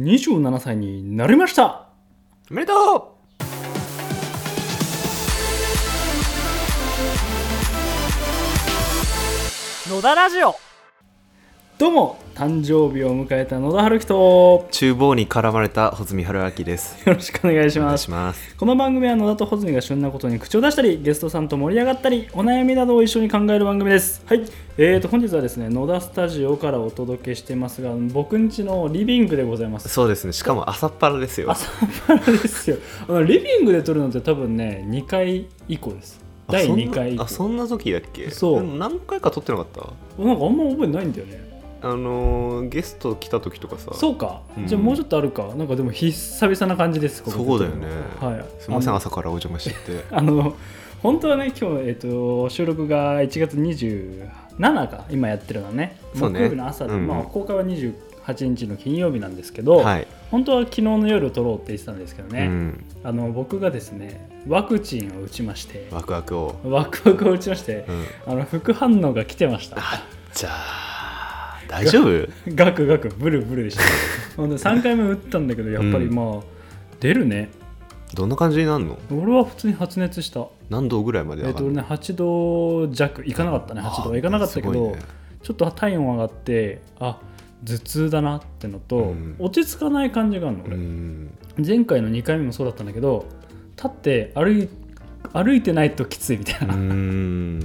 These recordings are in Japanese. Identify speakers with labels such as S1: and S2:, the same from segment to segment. S1: 27歳になりました
S2: おめでとう野田ラジオ
S1: どうも誕生日を迎えた野田春樹と
S3: 厨房に絡まれた穂積春明です。
S1: よろしくお願いし
S3: お願
S1: ま
S3: い
S1: す
S3: します。
S1: この番組は野田と穂積が旬なことに口を出したりゲストさんと盛り上がったりお悩みなどを一緒に考える番組ですはいえーと本日はですね野田スタジオからお届けしてますが僕ん家のリビングでござい ます
S3: そうですね。しかも朝っぱらですよ。
S1: 朝っぱらですよあのリビングで撮るのって多分ね2回以降です
S3: あ
S1: 第
S3: そんな
S1: 2回以降
S3: あ、そんな時だっけ？
S1: そう
S3: でも何回か撮ってなかった。
S1: なんかあんま覚えてないんだよね
S3: あのーゲスト来た時とかさ。
S1: そうか、
S3: うん
S1: じゃあもうちょっとあるかなんかでも久々な感じですここ
S3: そうだよね。
S1: はい
S3: すみませ
S1: あ
S3: ん
S1: の
S3: 朝からお邪魔してて。
S1: あの本当はね今日、えっと収録が1月27か今やってるのはね
S3: そうね
S1: 木曜日の朝で、
S3: うんうん
S1: まあ、公開は28日の金曜日なんですけど、
S3: はい。
S1: 本当は昨日の夜撮ろうって言ってたんですけど
S3: う
S1: ね、
S3: ん。
S1: あの僕がですねワクチンを打ちまして
S3: ワクワクを。
S1: ワクワクを打ちまして
S3: う、ん。
S1: あの副反応が来てました
S3: じゃあ大丈夫？
S1: ガクガクブルブルで したほんで3回目打ったんだけどやっぱりまあ、出るね
S3: どんな感じになるの？
S1: 俺は普通に発熱した
S3: 何度ぐらいまで
S1: え
S3: 上
S1: っ
S3: が
S1: と
S3: る
S1: 俺ね
S3: の？
S1: 8度弱いかなかったね8度はいかなかったけど、
S3: すごいね
S1: ちょっと体温上がってあ頭痛だなってのと、
S3: うん
S1: 落ち着かない感じがあるの
S3: う
S1: 俺、
S3: ん。
S1: 前回の2回目もそうだったんだけど立って歩い歩いてないときついみたいうな、
S3: ん。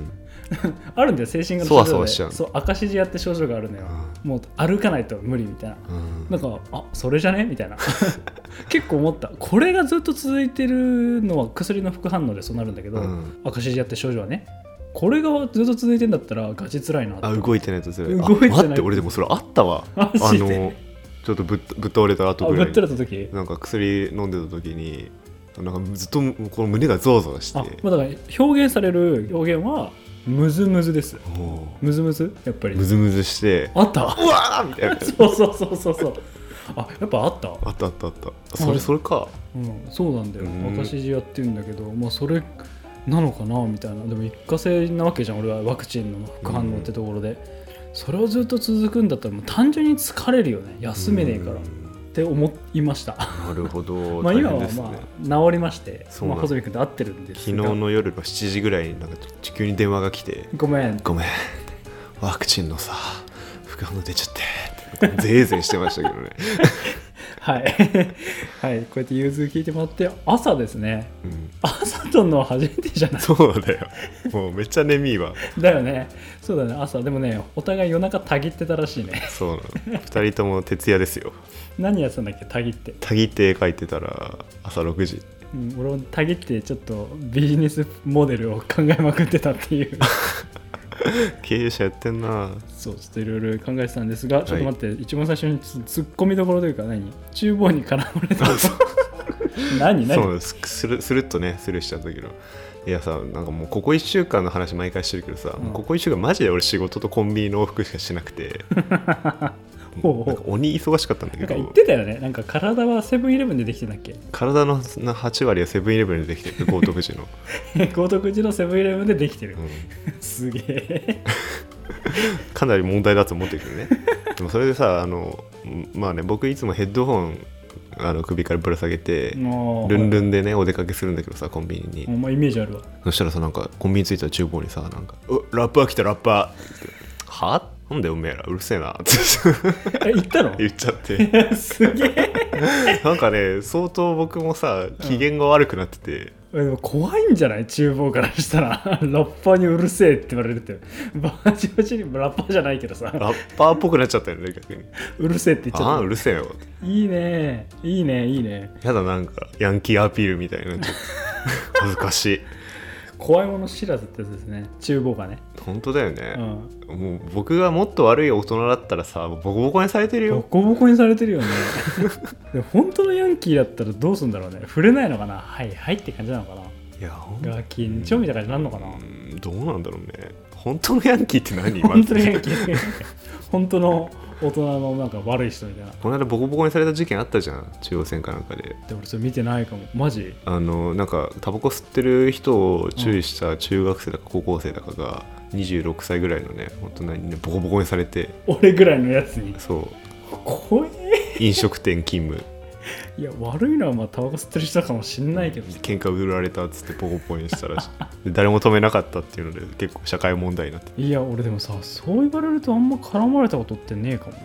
S1: あるんだよ精神科の症状で
S3: そわそわしちゃう
S1: そう赤字やって症状があるのよ、もう歩かないと無理みたいな
S3: うん
S1: なんかあそれじゃねみたいな 結構思ったこれがずっと続いてるのは薬の副反応でそうなるんだけど、
S3: うん
S1: 赤指示やって症状はねこれがずっと続いてんだったらガチ辛いな
S3: あ
S1: って
S3: 動いてないとずれ
S1: 動いてない
S3: あ待って俺でもそれあったわ
S1: マ
S3: あ
S1: ジで
S3: のちょっとぶっぶっ倒れた後
S1: あ
S3: ぐ
S1: ぶ
S3: ら
S1: っ
S3: いに
S1: てらった時
S3: なんか薬飲んでた時になんかずっとこの胸がゾワゾワし
S1: あ
S3: て
S1: まあだから表現される表現はムズムズです
S3: も
S1: ムズムズやっぱ
S3: う
S1: り
S3: ムズムズして
S1: あった
S3: うわーみたい な
S1: そうそうそうそうそうあやっぱあった、
S3: あったあったあった
S1: あ
S3: そ
S1: れ
S3: れそれか
S1: うん、そうなんだよ
S3: うん
S1: 赤指示やってるんだけどまあそれなのかなみたいなでも一過性なわけじゃん俺はワクチンの副反応ってところで、それをずっと続くんだったらもう単純に疲れるよね休めねえから、
S3: う
S1: っ
S3: ん
S1: て思いました
S3: なるほど
S1: まあ
S3: 大
S1: 今
S3: 変
S1: は
S3: ですね
S1: まあ治りまして、
S3: そう
S1: ま
S3: な
S1: あ、
S3: の
S1: 細見君と会ってるんです
S3: 昨日の夜の7時ぐらいになんか地球に電話が来て
S1: ごめ ん
S3: ごめんワクチンのさ副反応出ちゃって ってぜいぜいしてましたけどね
S1: はい はいこうやって融通聞いてもらって朝ですね
S3: うん
S1: 朝との初めてじゃない
S3: そうだよもうめっちゃ眠いわ
S1: だよねそうだね朝でもねお互い夜中たぎってたらしいね
S3: そうなの2人とも徹夜ですよ
S1: 何やってたんだっけたぎって
S3: たぎって書いてたら朝6時
S1: うん、俺もたぎってちょっとビジネスモデルを考えまくってたって いう
S3: 経営者やってんな
S1: そうちょっといろいろ考えてたんですがちょっと待って、一番最初につ突っ込みどころというか何厨房に絡まれた 何
S3: そうな
S1: 何
S3: のすするするっとねスルーしちゃったけどいやさなんかもうここ1週間の話毎回してるけどさ、
S1: うん
S3: ここ1週間マジで俺仕事とコンビニの往復しかしてなくて
S1: ほうほう
S3: なんか鬼忙しかったんだ
S1: な
S3: け
S1: んか言っ
S3: ど
S1: てたよねなんか体はセブンイレブンでできてたっけ
S3: 体の8割はセブンイレブンでできてる豪徳寺の、
S1: 豪徳寺のセブンイレブンでできてる、
S3: うん
S1: すげえ
S3: かなり問題だと思ってるけどねでもそれでさあのまあね僕いつもヘッドホンあの首からぶら下げて、
S1: もう
S3: ルンルンでねお出かけするんだけどさコンビニに、
S1: お前イメージあるわ
S3: そしたらさなんかコンビニ着いた厨房にさなんか「うラッパー来たラッパー」はなんだよおめえらうるせえな」って
S1: え行ったの
S3: 言っちゃ っ て
S1: すげえ
S3: なんかね相当僕もさ機嫌が悪くなってて、
S1: でも怖いんじゃない厨房からしたら ラッパーにうるせえって言われるってバチバチにラッパーじゃないけどさ
S3: ラッパーっぽくなっちゃったよね逆に
S1: うるせえって
S3: 「
S1: 言っち
S3: あ
S1: ゃ
S3: あ
S1: っ
S3: うるせえよ
S1: たいいねいいねいいね」
S3: やだなんかヤンキーアピールみたいになっちゃって 恥ずかしい
S1: 怖いもの知らずってやつですね厨房がね
S3: 本当だよ
S1: う
S3: ね、
S1: ん
S3: もう僕がもっと悪い大人だったらさボコボコにされてる
S1: ボ
S3: よ
S1: コボコにされてる よねでも本当のヤンキーだったらどうすんだろうね触れないのかなはいはいって感じなのかない
S3: やほん
S1: が緊張みたいな感じになるのかな
S3: うんどうなんだろうね本当のヤンキーって何
S1: 本当のヤンキー本当の大人のなんか悪い人みたいな
S3: この間ボコボコにされた事件あったじゃん中央線かなんかで
S1: で俺それ見てないかもマジ
S3: あのなんかタバコ吸ってる人を注意した中学生だか高校生だかが26歳ぐらいのね大人にねボコボコにされて
S1: 俺ぐらいのやつに
S3: そう
S1: 怖え
S3: 飲食店勤務
S1: いや悪いのはまあタバコ吸ってる人かもしんないけどさ
S3: 喧嘩売られたっつってポコポコにしたらしいで誰も止めなかったっていうので結構社会問題になって
S1: いや俺でもさそう言われるとあんま絡まれたことってねえかもな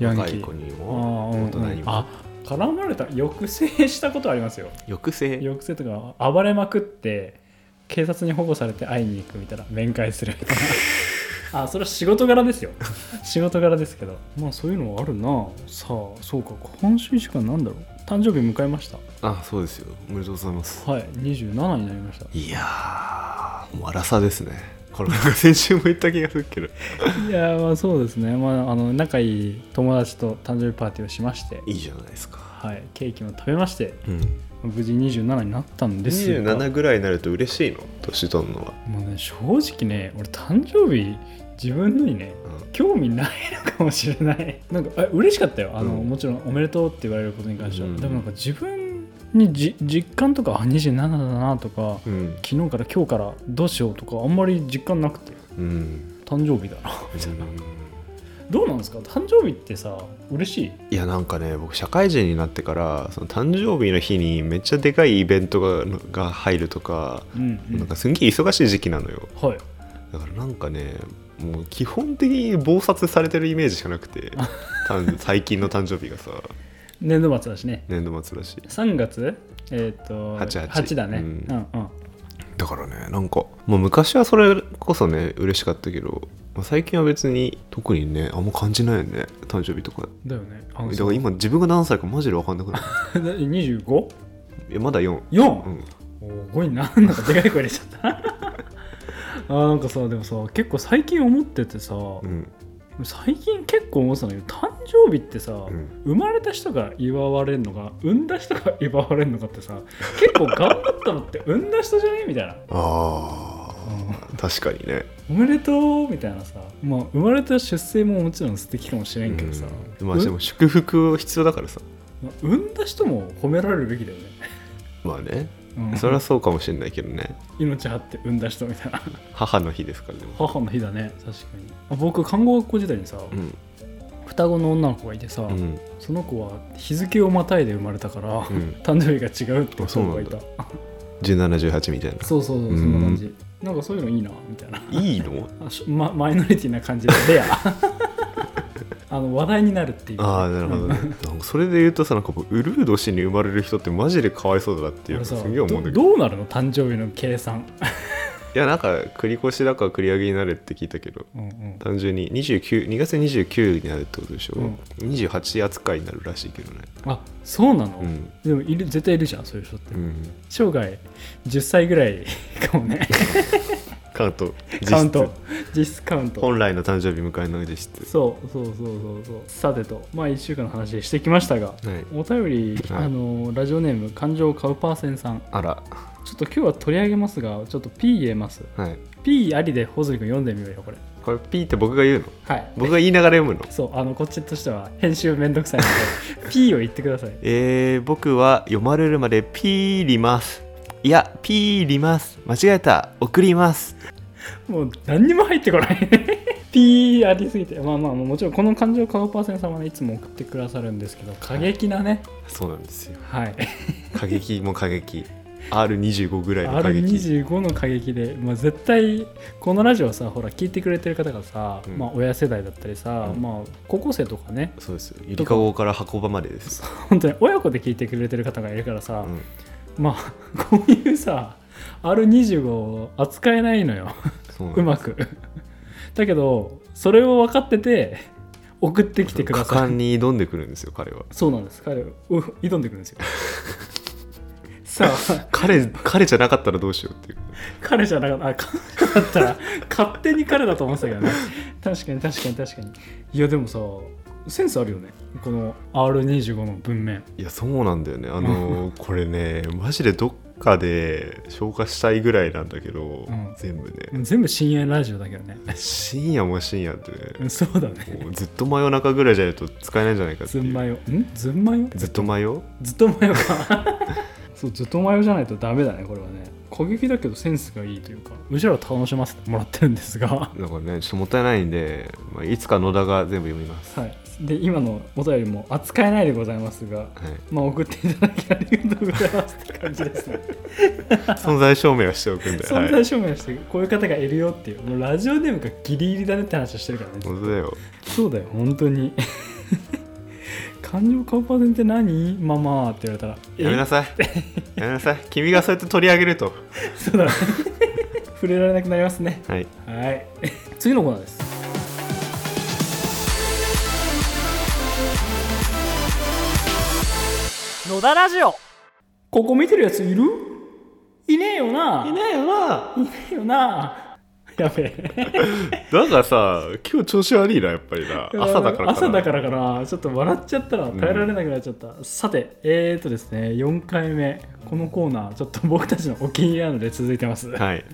S1: ヤン
S3: 若
S1: キ
S3: い
S1: ー
S3: 子に
S1: ああ
S3: も大人
S1: うん
S3: に
S1: うん
S3: も
S1: あ絡まれた抑制したことありますよ
S3: 抑制
S1: 抑制とか暴れまくって警察に保護されて会いに行くみたいな面会するみたいな あそれは仕事柄ですよ 仕事柄ですけどまあそういうのはあるなさあそうか今週1週間なんだろう誕生日迎えました
S3: あそうですよおめでとうございます
S1: はい27になりました
S3: いやーもう荒さですねこれなんか先週も言った気がするけど
S1: いやまあそうですね、まあ、あの仲いい友達と誕生日パーティーをしまして、
S3: いいじゃないですか
S1: はい、ケーキも食べまして
S3: うん
S1: 無事27になったんですよ
S3: 27ぐらいになると嬉しいの年取るのは、
S1: もうね正直ね俺誕生日自分のにね興味ないのかもしれないなんかえ嬉しかったよあの、
S3: うん
S1: もちろんおめでとうって言われることに関しては、
S3: うん
S1: でもなんか自分にじ実感とかあ27だなとか
S3: うん
S1: 昨日から今日からどうしようとかあんまり実感なくて
S3: うん、うん
S1: 誕生日だなどうなんですか誕生日ってさ嬉しい
S3: いやなんかね僕社会人になってからその誕生日の日にめっちゃでかいイベントがが入るとか、
S1: うん、うん、
S3: なんかすんげえ忙しい時期なのよ
S1: はい
S3: だからなんかねもう基本的に忙殺されてるイメージしかなく て誕最近の誕生日がさ
S1: 年度末だしね
S3: 年度末だし
S1: 3月えっ、と
S3: 88
S1: 8だね、う
S3: うんん、
S1: うん
S3: だからねなんかもう昔はそれこそね嬉しかったけど、まあ、最近は別に特にねあんま感じないよね誕生日とか
S1: だよねあ
S3: だ
S1: の
S3: から今自分が何歳かマジで分かんなくな る
S1: 25?4?
S3: いやまだ4うん
S1: おー5になん なんかでかい声出ちゃった あーなんかさでもさ結構最近思っててさ、
S3: うん
S1: 最近結構思ってたんだけど誕生日ってさ、
S3: うん
S1: 生まれた人が祝われるのか産んだ人が祝われるのかってさ結構頑張ったのって 産んだ人じゃねみたいな、
S3: あ
S1: うん
S3: ー確かにね
S1: おめでとうみたいなさまあ生まれた出生ももちろん素敵かもしれんけどさ、
S3: うんまあでも祝福必要だからさ
S1: まあ産んだ人も褒められるべきだよね、
S3: まあね
S1: うん、
S3: それはそうかもしれないけどね
S1: 命張って産んだ人みたいな
S3: 母の日ですからでも
S1: 母の日だね確かにあ僕看護学校時代にさ、
S3: うん
S1: 双子の女の子がいてさ、
S3: うん
S1: その子は日付をまたいで生まれたから、
S3: うん
S1: 誕生日が違うって
S3: あそう
S1: 子
S3: な
S1: がい
S3: んだ
S1: た
S3: 1718みたいな
S1: そうそうそう
S3: うん
S1: そんな感じなんかそういうのいいなみたいない
S3: いの
S1: あしまマイノリティな感じでレア あの話題になるっていう
S3: ああなるほどねなんかそれで言うとさなんかもうウルー年に生まれる人ってマジでかわいそうだなっていう
S1: 俺さ
S3: のすげえ思うん
S1: ど
S3: だけど
S1: どうなるの誕生日の計算
S3: いやなんか繰り越しだから繰り上げになるって聞いたけど
S1: うんうん
S3: 単純に29 2月29になるってことでしょ、
S1: うん
S3: 28扱いになるらしいけどね
S1: あそうなの、
S3: うん
S1: でもいる絶対いるじゃんそういう人って、
S3: うん
S1: 生涯10歳ぐらい かもね
S3: カウント実質
S1: カウント実質カウント
S3: 本来の誕生日迎えの実質
S1: そうそうそうそうそうさてとまあ1週間の話してきましたが
S3: はい
S1: お便り、
S3: はい
S1: あのラジオネーム感情カウパーセンさんち
S3: あら
S1: ょっと今日は取り上げますがちょっと P 入れます
S3: はい
S1: P ありでホズリ君読んでみようよこれ
S3: これピーって僕が言うの
S1: はい
S3: 僕が言いながら読むの
S1: そうあのこっちとしては編集めんどくさい ので P を言ってください
S3: えー、僕は読まれるまでピーりますいやピーります間違えた送ります
S1: もう何にも入ってこない ピーありすぎてまあまあもちろんこの感情カウパーセン様ねいつも送ってくださるんですけど過激なね
S3: そうなんですよ
S1: はい
S3: 過激も過激 R25 ぐらい の過激
S1: R25 の過激で、まあ、絶対このラジオさほら聞いてくれてる方がさ、
S3: うん
S1: まあ、親世代だったりさ、
S3: うん
S1: まあ、高校生とかね
S3: そうですよゆりかごから運ばまでです、
S1: 本当に親子で聞いてくれてる方がいるからさ
S3: う、ん、
S1: まあ こういうさ R25 を扱えないのよ
S3: そうなんです
S1: うまくだけどそれを分かってて送ってきてくだ
S3: 果
S1: さい
S3: 敢に挑んでくるんですよ彼は
S1: そうなんです彼う挑んでくるん ですよさあ
S3: 彼彼じゃなかったらどうしようっていう
S1: 彼じゃなか ったあ彼だったら勝手に彼だと思ってたけどね確かに確かに確かにいやでもさセンスあるよねこの R25 の文面
S3: いやそうなんだよねあ のこれねマジでどっかで消化したいぐらいなんだけど、
S1: ん
S3: 全部ね
S1: 全部深夜ラジオだけどね
S3: 深夜も深夜ってね
S1: そうだね
S3: もうずっと真夜中ぐらいじゃないと使えないんじゃないかって
S1: ず
S3: い
S1: んま
S3: う
S1: よんずんまよ
S3: ずっと真夜
S1: ずっとまよかそうずっとまよじゃないとダメだねこれはね過激だけどセンスがいいというかうちらを楽しませてもらってるんですが
S3: だからねちょっともったいないんで、まあ、いつか野田が全部読みます、
S1: はいで今のお便りも扱えないでございますが
S3: はい、
S1: まあ送っていただきありがとうございますって感じ ですね
S3: 存在証明はしておくんで、は
S1: 存
S3: い、
S1: 在証明してこういう方がいるよっていうもうラジオネームがギリギリだねって話をしてるからね
S3: 本当だよ
S1: そうだよ本当に感情カウパーセンって何ママって言われたら
S3: やめなさいやめなさい君がそうやって取り上げると
S1: えそうだね触れられなくなりますね
S3: はい
S1: はい次のコーナーです
S2: 野田ラジオ
S1: ここ見てるやついるいねえよない
S3: ないよない
S1: ねえよなやべえ
S3: だからさ今日調子悪いなやっぱりな 朝だからかな
S1: 朝だからかなちょっと笑っちゃったら耐えられなくなっちゃった、さてえーとですね4回目このコーナーちょっと僕たちのお気に入りなので続いてます、
S3: はい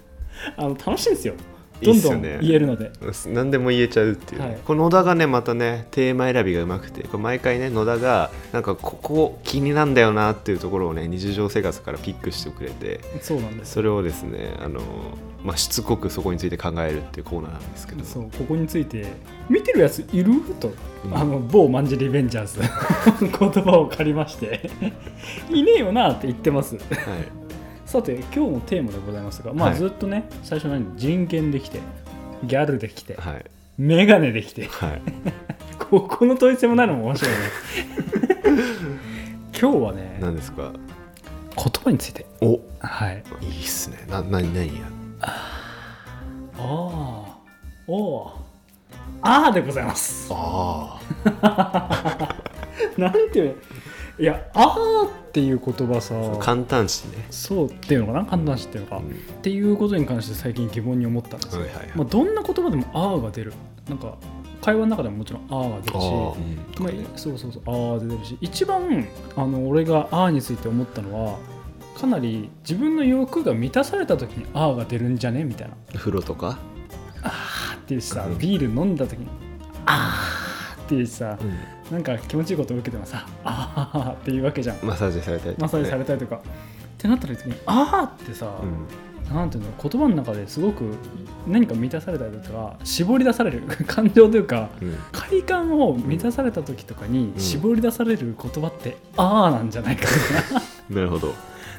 S1: あの楽しいんですよ
S3: い
S1: ど
S3: いっ
S1: ん
S3: す
S1: ど
S3: よ
S1: ん
S3: ね
S1: 言えるので
S3: 何でも言えちゃうっていうね、
S1: はい
S3: この野田がねまたねテーマ選びがうまくてこれ毎回ね野田がなんかここ気になんだよなっていうところをね日常生活からピックしてくれて
S1: そうなんです
S3: それをですねあの、まあ、しつこくそこについて考えるっていうコーナーなんですけど
S1: そうここについて見てるやついると、
S3: うん
S1: あの某マンジリベンジャーズ 言葉を借りまして いねえよなって言ってます
S3: はい
S1: さて今日のテーマでございますが、まあ、
S3: はい
S1: ずっとね、最初何人権できてギャルできて
S3: はい
S1: メガネできて
S3: はい
S1: ここの問い性もないのも面白いね 今日はね
S3: 何ですか
S1: 言葉について
S3: お
S1: はい
S3: いいっすねな何何や
S1: ああおーああでございます
S3: あ
S1: なんていういや「あー」っていう言葉さ
S3: あ簡単詞ね
S1: そうっていうのかな簡単詞っていうのか、
S3: うん
S1: っていうことに関して最近疑問に思ったんですよ、
S3: はいはいはい
S1: まあ、どんな言葉でも「あー」が出るなんか会話の中でももちろん「あー」が出るし
S3: ああうんと
S1: ま
S3: か
S1: あ
S3: ね、
S1: そうそうそう「あー」が出るし一番あの俺が「あー」について思ったのはかなり自分の欲が満たされた時に「あー」が出るんじゃねみたいな
S3: 風呂とか、
S1: パッていうしさ
S3: うん
S1: ビール飲んだ時に「あー」っていうしさ
S3: うん
S1: なんか気持ちいいことを受けてもさ「あー」っていうわけじゃん
S3: マッサージされたりとか、ね、
S1: マッサージされたりとか、ってなった時に「あー」ってさ、
S3: うん
S1: なんていうの言葉の中ですごく何か満たされたりとか絞り出される 感情というか
S3: うん
S1: 快感を満たされた時とかに
S3: うん
S1: 絞り出される言葉って「あー」なんじゃないかなで
S3: なるほど、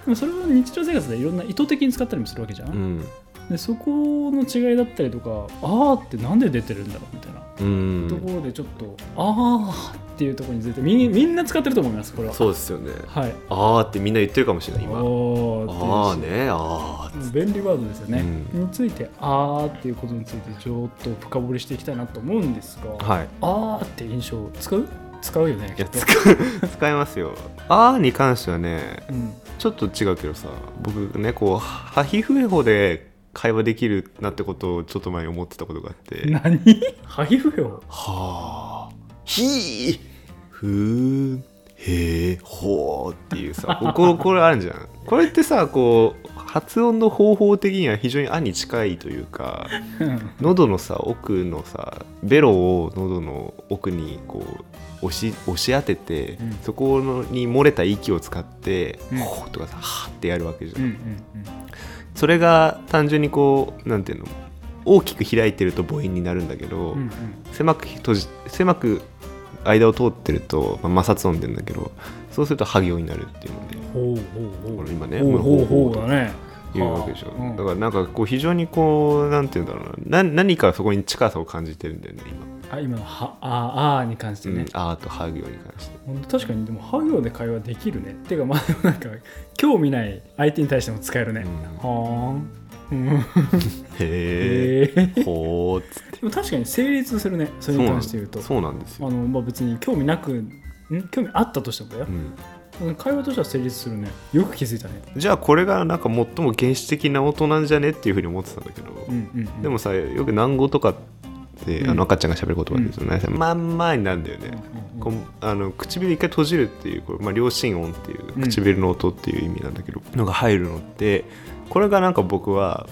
S1: もそれを日常生活でいろんな意図的に使ったりもするわけじゃん、
S3: うん、
S1: でそこの違いだったりとか「あー」ってなんで出てるんだろうみたいな
S3: うん
S1: ところでちょっと「あー」っていうところについてみみんな使ってると思いますこれは
S3: そうですよね
S1: はい
S3: あーってみんな言ってるかもしれない今
S1: おーっていう
S3: あーねあー
S1: 便利ワードですよね、
S3: うん
S1: について「あー」っていうことについてちょっと深掘りしていきたいなと思うんですが「
S3: はい
S1: あー」って印象使う使うよね
S3: い
S1: き
S3: や
S1: っと
S3: 使 う使いますよあーに関してはね
S1: うん
S3: ちょっと違うけどさ僕ねこうハヒフエホで会話できるなってことをちょっと前に思ってたことがあっては
S1: 何ハギ不評
S3: あひーふーんへーほーっていうさこここれあるじゃんこれってさこう発音の方法的には非常に「あ」に近いというか
S1: うん
S3: 喉のさ奥のさベロを喉の奥にこう押し押し当てて、
S1: うん
S3: そこのに漏れた息を使って「
S1: うん
S3: ほ、ーとかさ「はーってやるわけじゃ、
S1: うんん
S3: それが単純にこうなんていうの大きく開いてると母音になるんだけど、
S1: うんうん
S3: 狭く閉じ狭く間を通ってると、まあ、摩擦音出るんだけどそうするとは行になるっていうので
S1: ほうほう
S3: こ
S1: ほう
S3: れ今ね
S1: ほう
S3: こ
S1: ほ
S3: れ
S1: うほうだね
S3: いうわけでしょ、
S1: うん
S3: だからなんかこう非常にこうなんていうんだろうなな何かそこに近さを感じてるんだよね今。
S1: あ今のは「あー」あーに関して
S3: うん
S1: ね、、
S3: アートハグよに関して
S1: ほんと確かにでもハ行で会話できるねてかまあでもなんか興味ない相手に対しても使えるね、
S3: うん
S1: はーんうん
S3: へ
S1: へえ
S3: えほーっつって
S1: でも確かに成立するねそれに関して言うと
S3: そうなんです
S1: あ
S3: よ、
S1: のまあ別に興味なくん興味あったとしてもだよ
S3: う、ん、
S1: 会話としては成立するねよく気づいたね
S3: じゃあこれがなんか最も原始的な音なんじゃねっていうふうに思ってたんだけど、
S1: うんうん、うん、
S3: でもさよく南語とかって
S1: うん
S3: あの赤ちゃんが喋る言葉ですよね、まんまになるんだよ
S1: うん
S3: ね、
S1: うん
S3: こ
S1: うん
S3: うあの唇一回閉じるっていうこれ、まあ、両親音っていう
S1: うん
S3: 唇の音っていう意味なんだけど、のが入るのってこれがなんか僕は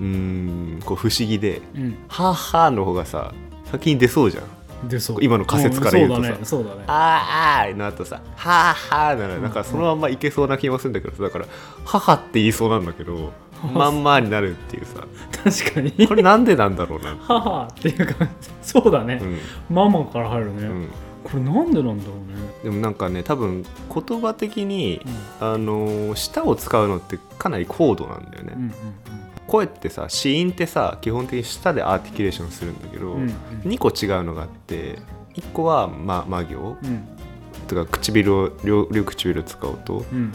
S3: うーんこう不思議で
S1: うん
S3: 「はーはー」の方がさ先に出そうじゃん
S1: でそう
S3: 今の仮説から言うと
S1: んそう
S3: さ
S1: だねそうだね
S3: あーあーの後さ「はあはあ」ならなんかそのまんまいけそうな気もするんだけどさだから「母」って言いそうなんだけど「まんま」になるっていう さ
S1: 確かに
S3: これなんでなんだろう な
S1: 母っていう感じそうだね、
S3: うん、
S1: ママから入るね、
S3: うん、
S1: これなんでなんだろうね
S3: でもなんかね多分言葉的に
S1: うん、
S3: あのー舌を使うのってかなり高度なんだよね、
S1: うん
S3: 声ってさ子音ってさ基本的に舌でアーティキュレーションするんだけど、
S1: うんうん
S3: 2個違うのがあって1個は、ま、魔行
S1: うんうん
S3: とか唇を両両唇を使う音
S1: うん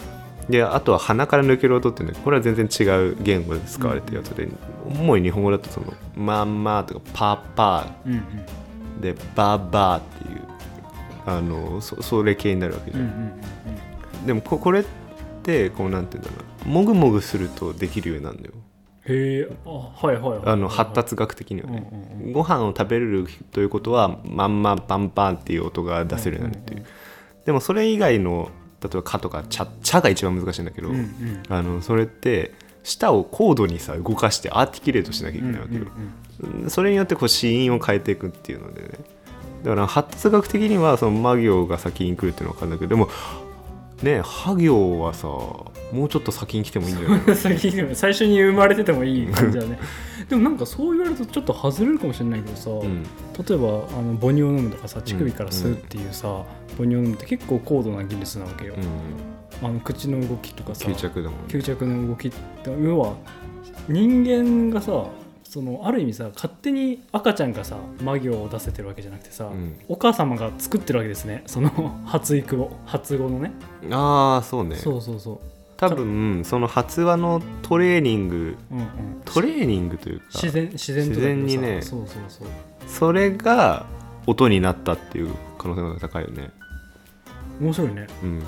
S3: であとは鼻から抜ける音ってねこれは全然違う言語で使われてるやつで、主に日本語だとその「まんま」とか「パパ
S1: うんうん」
S3: で「ばば」っていうあのそそれ系になるわけじ
S1: う
S3: ゃ、
S1: んうんん
S3: でもここれってこうなんていうんだろうなもぐもぐするとできるようになるんだよ
S1: へえあはいはいはい
S3: あの発達学的にはね、
S1: うんうん
S3: ご飯を食べるということはまんまんパンパンっていう音が出せるようになるっていう,、でもそれ以外の例えば「か」とか「ちゃ」「ちゃ」が一番難しいんだけど、
S1: うんうん
S3: あのそれって舌を高度にさ動かしてアーティキュレートしなきゃいけ
S1: うん
S3: ないわけよ、
S1: うん
S3: それによってこう子音を変えていくっていうのでねだから発達学的にはその魔行が先に来るっていうのは分かるんだけどでもね破行はさもうちょっと先に来てもいいんじゃないの
S1: 先に 最初に生まれててもいい感 じだねでもなんかそう言われるとちょっと外れるかもしれないけどさ、
S3: うん
S1: 例えばあの母乳を飲むとかさ乳首から吸うっていうさ、母乳を飲むって結構高度な技術なわけよ
S3: う、ん、
S1: あの口の動きとかさ
S3: 吸着だもんね
S1: 吸着の動きって要は人間がさそのある意味さ勝手に赤ちゃんがさ魔行を出せてるわけじゃなくてさ、
S3: うん
S1: お母様が作ってるわけですねその 発育を発語のね
S3: ああそうね
S1: そうそうそ
S3: 多分その発話のトレーニング
S1: う、うんうん、
S3: トレーニングというか
S1: 自然自然とだけどさ
S3: 自然にね
S1: そうそうそう
S3: それが音になったっていう可能性が高いよね
S1: 面白いね
S3: うん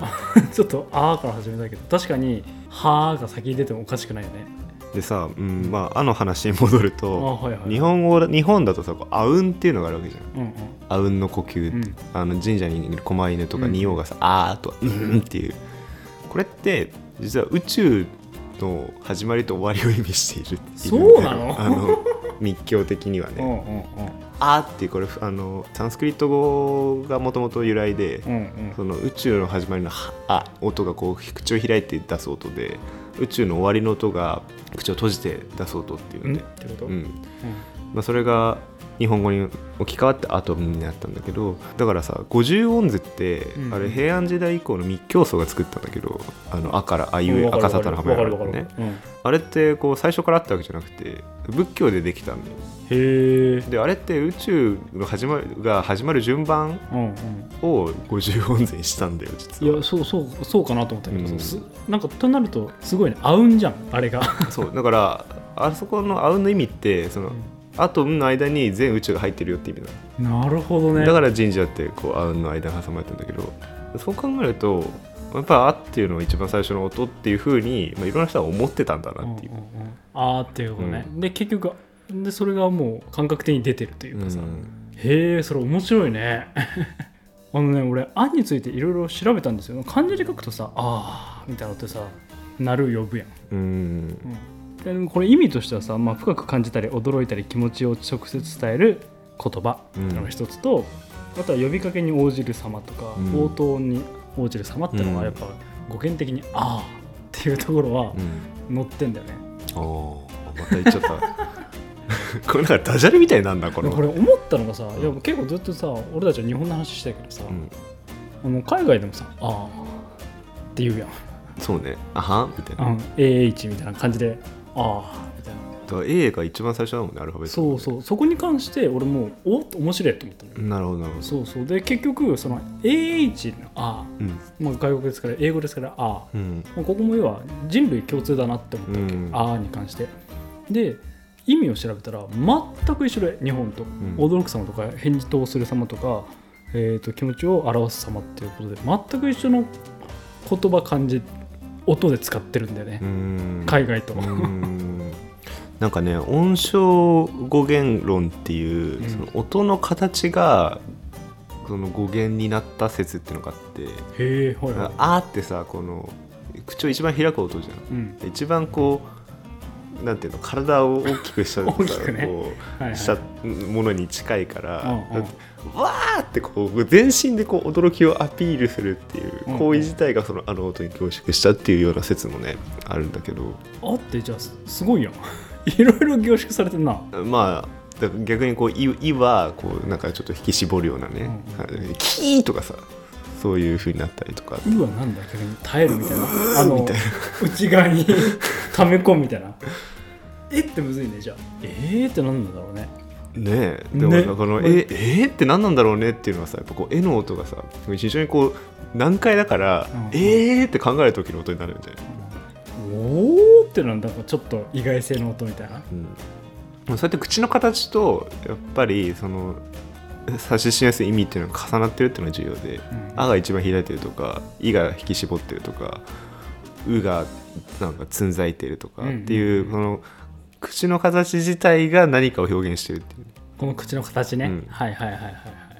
S1: ちょっと「あ」から始めたけど確かに「は」が先に出てもおかしくないよね
S3: でさ、うんまあ、あの話に戻る
S1: あ
S3: と
S1: はいはい
S3: 日本語日本だとさこうあうんっていうのがあるわけじゃん
S1: うんうん
S3: あうんの呼吸って、
S1: うん
S3: あの神社にいる狛犬とか
S1: うん
S3: 仁王がさ、あーとかうんっていうこれって実は宇宙の始まりと終わりを意味しているってい
S1: そうなの
S3: あの密教的には
S1: う
S3: ね
S1: んうん
S3: 「あ」っていうこれあのサンスクリット語がもともと由来で、
S1: うんうん
S3: その宇宙の始まりのは「あ」音がこう口を開いて出す音で宇宙の終わりの音が口を閉じて出す音っていううんの
S1: んっ
S3: で、
S1: てこと、
S3: うんまあ、それが日本語に置き換わってアトムになったんだけどだからさ五十音図って
S1: うん
S3: あれ平安時代以降の密教僧が作ったんだけど「あのあ」から「あいう
S1: うん
S3: え」「赤沙汰の浜
S1: わかる
S3: 屋
S1: わか」る
S3: ね
S1: わかるうん
S3: あれってこう最初からあったわけじゃなくて仏教でできたんだよ
S1: へえ。
S3: であれって宇宙の始まるが始まる順番
S1: うん
S3: を五十音図にしたんだよ
S1: う
S3: 実
S1: ん、い
S3: は
S1: やそうそうそうかなと思ったけど、
S3: うん
S1: すなんかとなるとすごいね合うんじゃんあれが、
S3: そうだからあそこの「あうん」の意味ってその「あ」と「うん」の間に全宇宙が入ってるよって意味なの
S1: なるほどね
S3: だから神社ってこうあうんの間に挟まれてんだけどそう考えるとやっぱ「あ」っていうのが一番最初の音っていうふうに、まあ、いろんな人は思ってたんだなっていう
S1: うんうんうんあーっていうことね、で結局でそれがもう感覚的に出てるという
S3: う
S1: かさ、
S3: ん
S1: へえそれ面白いねあのね俺「あ」についていろいろ調べたんですよ漢字で書くとさ「あー」みたいなのってさ「なる」呼ぶやん
S3: うん
S1: でもこれ意味としてはさ、まあ、深く感じたり驚いたり気持ちを直接伝える言葉っていうのが一つと、あとは呼びかけに応じる様とか、
S3: うん
S1: 応答に応じる様っていうの
S3: う
S1: が
S3: ん
S1: やっぱ語源的に「ああ」っていうところは
S3: うん
S1: 載ってんだよね。
S3: おーまた言っちゃったこれなんかダジャレみたい になんだこ
S1: で
S3: の
S1: もこれ思ったのがさ、いや結構ずっとさ俺たちは日本の話してるけどさ、
S3: うん、
S1: あの海外でもさ「ああ」って言うやん
S3: そうねあはんみたい
S1: 「う
S3: な、
S1: ん、AH」みたいな感じで「ああ」みたいな。
S3: だから A が一番最初だもんねアルファベット
S1: そうそうそこに関して俺もうおっ面白いと思ったのよ
S3: なるほどなるほど
S1: そうそうで結局その AH の「あ
S3: うん」
S1: まあ、外国ですから英語ですから「あ
S3: うん」
S1: まあここも要は人類共通だなって思ったわけ「
S3: うん
S1: あ」に関してで意味を調べたら全く一緒で日本と、
S3: ん
S1: 驚く様とか返事とする様とか、えー、と気持ちを表す様っていうことで全く一緒の言葉漢字音で使ってるんだよね、
S3: うん
S1: 海外と、
S3: うーんなんかね音象語源論っていう、
S1: うん
S3: その音の形がその語源になった説っていうのがあって
S1: へえはい
S3: 「
S1: は
S3: あ」ってさこの口を一番開く音じゃ
S1: い、うん
S3: ん一番こうなんていうの体を大きくした
S1: 大きくね
S3: こう
S1: はいはい
S3: したものに近いから、
S1: うんうん
S3: なんてわーってこう全身でこう驚きをアピールするっていう
S1: うんうん
S3: 行為自体がそのあの音に凝縮したっていうような説もねあるんだけど
S1: あってじゃあすすごいやん いろいろ凝縮されてんな
S3: まあだから逆にこう「い」いはこうなんかちょっと引き絞るようなね「キー」とかさそういう風になったりとか
S1: うわなんだ逆に耐えるみたいなあの内側に 溜め込むみたいなえってむずいねじゃあえーってなんなんだろうね
S3: ねえでも
S1: ね
S3: なんかこの、
S1: うん
S3: ええーって何なんだろうねっていうのはさやっぱこう絵の音がさ非常にこう難解だから、
S1: うん
S3: えーって考える時の音になるみたいな、
S1: おーってなんだかちょっと意外性の音みたいな
S3: うん、そうやって口の形とやっぱりその指し示す意味っていうのが重なってるっていうのが重要で
S1: ん
S3: 「あ」が一番開いてるとか「い」が引き絞ってるとか「う」がなんかつんざいてるとかっていう、
S1: うん
S3: この口の形自体が何かを表現してるっていう
S1: この口の形ね、
S3: うん
S1: はいはいはいはいはい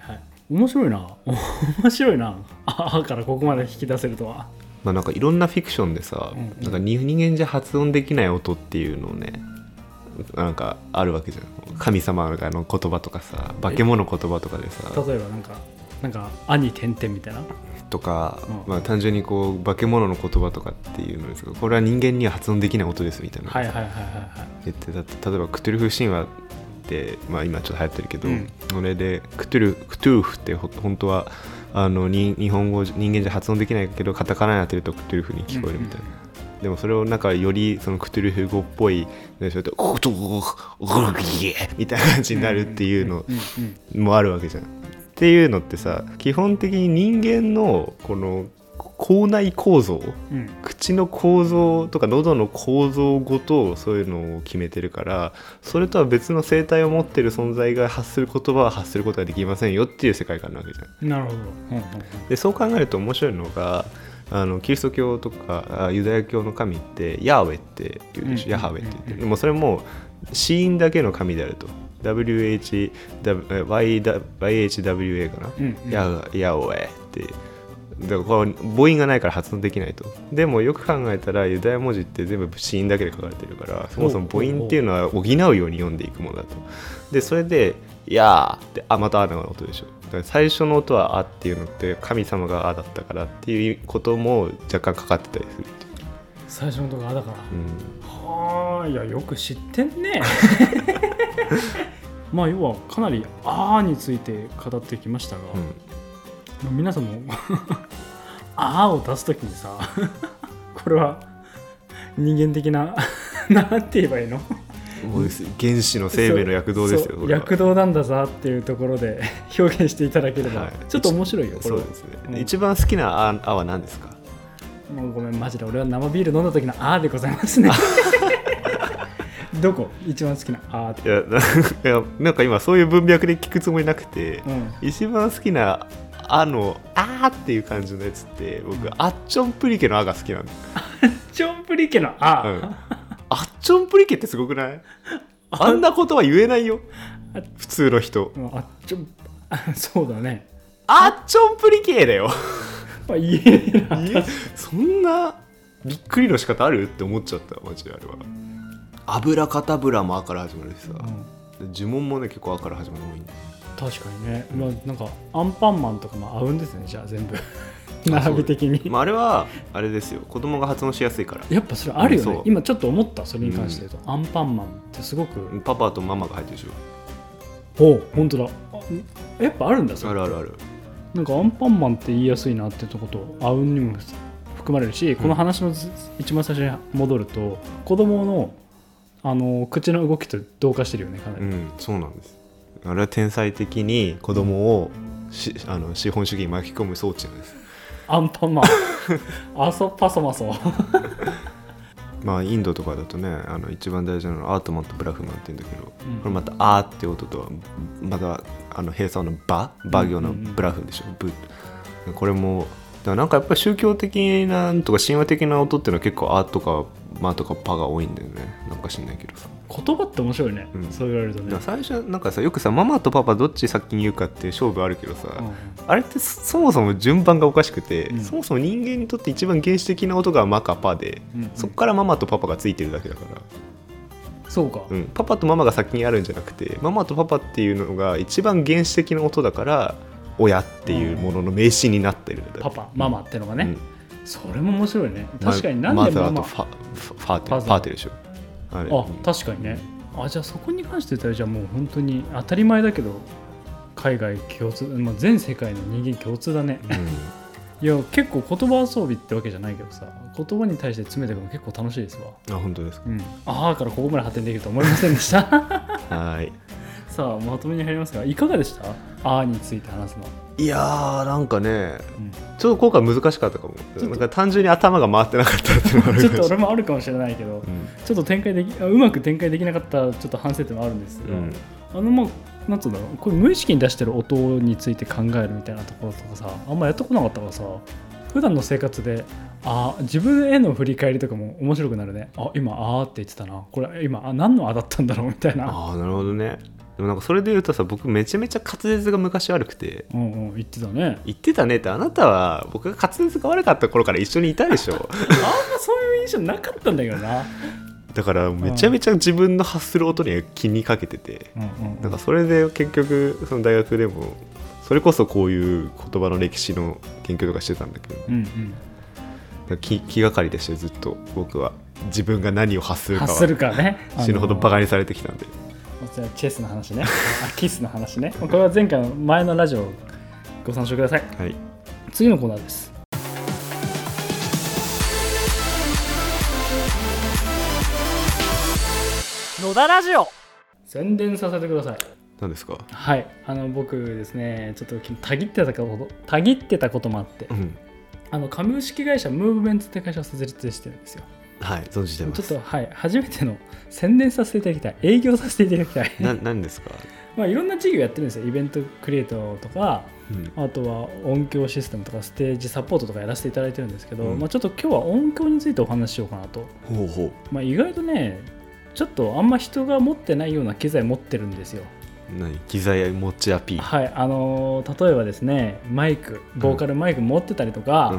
S1: はい面白いな 面白いなああからここまで引き出せるとは
S3: まあ、なんかいろんなフィクションでさ、
S1: うんうん
S3: なんか人人間じゃ発音できない音っていうのをねなんかあるわけじゃん神様がの言葉とかさ化け物の言葉とかでさ
S1: 例えばなんかなんか「兄点々」みたいな
S3: とか、
S1: うん
S3: まあ、単純にこう化け物の言葉とかっていうのですがこれは人間には発音できない音ですみたいな、
S1: はいはいはいはいはい
S3: 言ってた例えばクトゥルフ神話って、まあ、今ちょっと流行ってるけど、
S1: うん
S3: それでクトゥルクトゥルフってほ本当はあのに日本語じ人間じゃ発音できないけどカタカナに当てるとクトゥルフに聞こえるみたいな。でもそれをなんかよりそのクトゥルフ語っぽいでそうやって「おっとおっぎえ」みたいな感じになるっていうの
S1: うんうん
S3: もあるわけじゃん。っていうのってさ基本的に人間のこの口内構造
S1: うん
S3: 口の構造とか喉の構造ごとそういうのを決めてるからそれとは別の生態を持ってる存在が発する言葉は発することはできませんよっていう世界観なわけじゃん。
S1: なるほど、うんうん
S3: でそう考えると面白いのがあのキリスト教とかあユダヤ教の神ってヤーウェって言うでしょ、
S1: うん
S3: ヤハウェって言って
S1: うん
S3: るでもそれも死因だけの神であると WHYHWA かな、
S1: うんうん
S3: ヤウヤウェってだからこれ母音がないから発音できないとでもよく考えたらユダヤ文字って全部子音だけで書かれてるからそもそも母音っていうのは補うように読んでいくものだとでそれで「やー」ってあまた「あ」の音でしょだから最初の音は「あ」っていうのって神様が「あ」だったからっていうことも若干かかってたりするっていう
S1: 最初のとこあだから、
S3: うん
S1: はあいやよく知ってんね まあ要はかなり「あー」について語ってきましたが、
S3: うん
S1: 皆さんも 「あ」を出す時にさ これは人間的な なんて言えばいいの
S3: もうです原始の生命の躍動ですよ
S1: そう
S3: これは
S1: 躍動なんだぞっていうところで表現していただければ、
S3: はい
S1: ちょっと面白いよこれ
S3: そう
S1: は
S3: ですね、
S1: うん
S3: 一番好きなあ「あ」は何ですか
S1: もうごめんマジで俺は生ビール飲んだ時の「あ」でございますね どこ一番好きな「あ」って
S3: いやな いやなんか今そういう文脈で聞くつもりなくて、
S1: うん
S3: 一番好きな「あ」の「あ」っていう感じのやつって僕、アッチョンプリケの「あ」が好きなんです、
S1: チョンプリ家の「あ」
S3: うん、アッチョンプリケってすごくないあんなことは言えないよ
S1: あ
S3: 普通の人
S1: うんあちょ あそうだね、
S3: アッチョンプリケ だよ
S1: まあ、言えない
S3: いえそんなびっくりの仕方あるって思っちゃったマジであれは油かたぶらも「あ」から始まるしさ、呪文もね結構「あ」から始まるのもいいんだよ
S1: 確かにね、まあ、なんかアンパンマンとかも合うんですね じゃあ全部並び的に、
S3: まあ、あれはあれですよ子供が発音しやすいから
S1: やっぱそれあるよ
S3: う
S1: ね
S3: んそう
S1: 今ちょっと思ったそれに関して言うと、アンパンマンってすごく
S3: パパとママが入ってるでし
S1: おう本当だあんやっぱあるんだ
S3: ょ
S1: そ
S3: あ
S1: れ
S3: るあるある
S1: なんかアンパンマンって言いやすいなってとこと合うんにも含まれるし、この話のず一番最初に戻ると子供のあの口の動きと同化してるよねかなり、
S3: うん、そうなんですあれは天才的に子供をしあの資本主義に巻き込む装置なんです
S1: アンパン マンあそパソマソ
S3: まあインドとかだとねあの一番大事なのはアートマンとブラフマンって言うんだけど、
S1: うん
S3: これまた「あ」って音とはまたあの閉鎖の「ば」ば行のブラフでしょ「ぶ」これもだからなんかやっぱり宗教的なとか神話的な音っていうのは結構「あ」とか「ま」とか「ぱ」が多いんだよねなんか知んないけどさ
S1: 言葉って面白いね、
S3: うん
S1: そう言われるとね
S3: だから最初なんかさよくさママとパパどっち先に言うかっていう勝負あるけどさ、あれってそそもそも順番がおかしくて、
S1: うん
S3: そもそも人間にとって一番原始的な音がマかパで、
S1: うんうん
S3: そこからママとパパがついてるだけだから
S1: そうか、
S3: うん、パパとママが先にあるんじゃなくてママとパパっていうのが一番原始的な音だから親っていうものの名詞になってるんだ
S1: パパママってのがね、
S3: うん
S1: それも面白いね確かにな
S3: ま
S1: んで
S3: マザ
S1: ママ、
S3: ーとファファファーテ
S1: ファ
S3: ル
S1: ザー
S3: ファーテルでしょあれ
S1: あ確かにねあじゃあそこに関して言ったらじゃあもう本当に当たり前だけど海外共通、まあ、全世界の人間共通だね
S3: う
S1: いや結構言葉遊びってわけじゃないけどさ言葉に対して詰めていくの結構楽しいですわ
S3: ん、あ本当ですか
S1: うんああからここまで発展できると思いませんでした
S3: はい
S1: さあまとめに入りますがいかがでしたああについて話すの、
S3: いやーなんかね
S1: うん
S3: ちょっと今回難しかったかも
S1: ちょっと
S3: なんか単純に頭が回ってなかったっていうのがある
S1: ち
S3: か
S1: ょっ
S3: もし
S1: と
S3: れない
S1: 俺もあるかもしれないけどちょっと展開できあうまく展開できなかったちょっと反省点もあるんです
S3: う
S1: が、
S3: ん
S1: あのまあなんつうんだろうこれ無意識に出してる音について考えるみたいなところとかさあんまやってこなかったからさ普段の生活であ自分への振り返りとかも面白くなるねあ今あーって言ってたなこれ今あ何のあだったんだろうみたいな
S3: ああなるほどねでもなんかそれで言うとさ僕めちゃめちゃ滑舌が昔悪くて
S1: うんうん言ってたね
S3: 言ってたねってあなたは僕が滑舌が悪かった頃から一緒にいたで しょ
S1: あんまそういう印象なかったんだけどな
S3: だからめちゃめちゃ自分の発する音には気にかけてて
S1: うんうんうん
S3: なんかそれで結局その大学でもそれこそこういう言葉の歴史の研究とかしてたんだけど
S1: うんうん
S3: 気気がかりでしたよずっと僕は自分が何を発するか
S1: 発する
S3: は
S1: からね
S3: 死ぬほどバ
S1: カ
S3: カにされてきたんで、
S1: チェスの話ねあキスの話ねこれは前回の前のラジオご参照ください
S3: はい、
S1: 次のコーナーです
S2: 野田ラジオ
S1: 宣伝させてください
S3: 何ですか、
S1: はいあの僕ですねちょっと昨日たぎってたことたぎってたこともあって
S3: うん、
S1: あの株式会社ムーブメントって会社を設立してるんですよ
S3: はい存じてま
S1: ちょっ
S3: す
S1: とはい初めての宣伝させていただきたい営業させていただきたい
S3: な何ですか、
S1: まあいろんな事業やってるんですよイベントクリエイトとか
S3: うん
S1: あとは音響システムとかステージサポートとかやらせていただいてるんですけど、
S3: うん
S1: まあ、ちょっと今日は音響についてお話ししようかなと、
S3: ほうほう
S1: まあ、意外とねちょっとあんま人が持ってないような機材持ってるんですよ
S3: 何機材持ちアピー
S1: はいあのー例えばですねマイクボーカルマイク持ってたりと
S3: ル、うん
S1: か、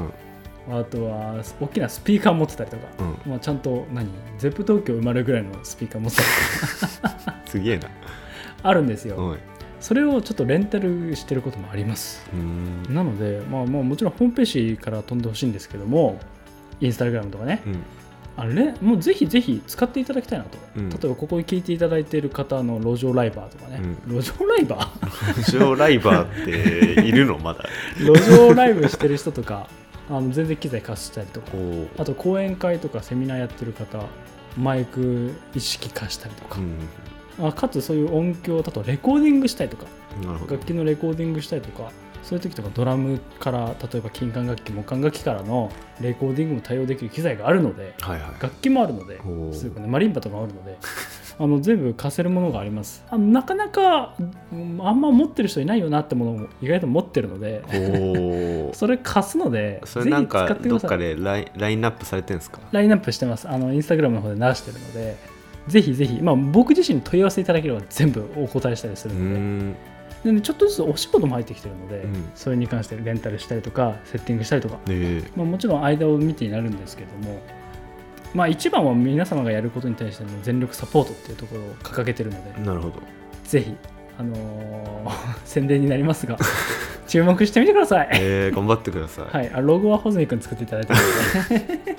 S1: あとは大きなスピーカー持ってたりとか、
S3: うん、
S1: まあ、ちゃんと何ゼップ東京埋まるぐらいのスピーカー持ってたり
S3: すげえな
S1: とかあるんですよ、
S3: おい
S1: それをちょっとレンタルしてることもあります
S3: うーん
S1: なので、まあ、まあもちろんホームページから飛んでほしいんですけどもインスタグラムとかね
S3: うん
S1: あれもうぜひぜひ使っていただきたいなと、
S3: うん
S1: 例えばここに聞いていただいている方の路上ライバーとかね、路上ライバー
S3: 路上ライバーっているのまだ
S1: 路上ライブしてる人とかあの全然機材貸したりとか
S3: おお
S1: あと講演会とかセミナーやってる方マイク一式貸したりとか
S3: う、ん
S1: あかつそういう音響だとレコーディングしたいとか
S3: なるほど
S1: 楽器のレコーディングしたいとかそういう時とかドラムから例えば金管楽器木管楽器からのレコーディングも対応できる機材があるので
S3: はいはい
S1: 楽器もあるので
S3: おー
S1: すごいねマリンバとかもあるのであの全部貸せるものがありますあのなかなかうんあんま持ってる人いないよなってものも意外と持ってるので
S3: お お
S1: それ貸すので
S3: それなん
S1: ぜ
S3: か
S1: ひ使ってく
S3: ど
S1: だ
S3: っ
S1: さ
S3: か
S1: い
S3: でラインラインナップされてるんですか
S1: ラインナップしてますあのインスタグラムの方で流してるのでぜひぜひ、まあ、僕自身に問い合わせいただければ全部お答えしたりす
S3: う
S1: る
S3: ー
S1: ので,、
S3: ん
S1: でねちょっとずつお仕事も入ってきてるので、
S3: うん
S1: それに関してレンタルしたりとかセッティングしたりとか、
S3: え
S1: まあ、もちろん間を見てになるんですけども、まあ、一番は皆様がやることに対しての全力サポートっていうところを掲げてるので
S3: えなるほど
S1: ぜひ、あのー宣伝になりますが注目してみてください。
S3: え ー、頑張ってください。
S1: はい、あロゴは穂積君作っていただいてるので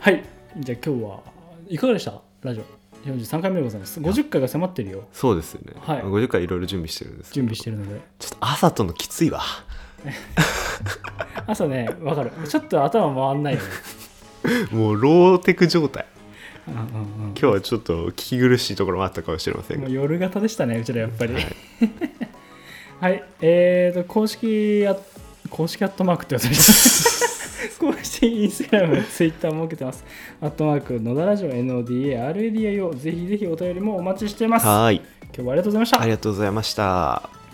S1: はいじゃあ今日はいかがでしたラジオ43回目でございます50回が迫ってるよ
S3: そうですよね。
S1: はい
S3: 50回いろいろ準備してるんですけど
S1: 準備してるので
S3: ちょっと朝とのきついわ。
S1: 朝ねわかるちょっと頭回んないよね、
S3: もうローテク状態。
S1: うんうん
S3: 今日はちょっと聞き苦しいところもあったかもしれませ
S1: うんん、
S3: が
S1: もう。夜型でしたねうちらやっぱり はいえーと公式ア公式アットマークって忘れちゃ った公式インスタグラムツイッター設けてますアットマーク野田ラジオ NODARADIO ぜひぜひお便りもお待ちしてます
S3: はーい。
S1: 今日はありがとうございました
S3: ありがとうございました。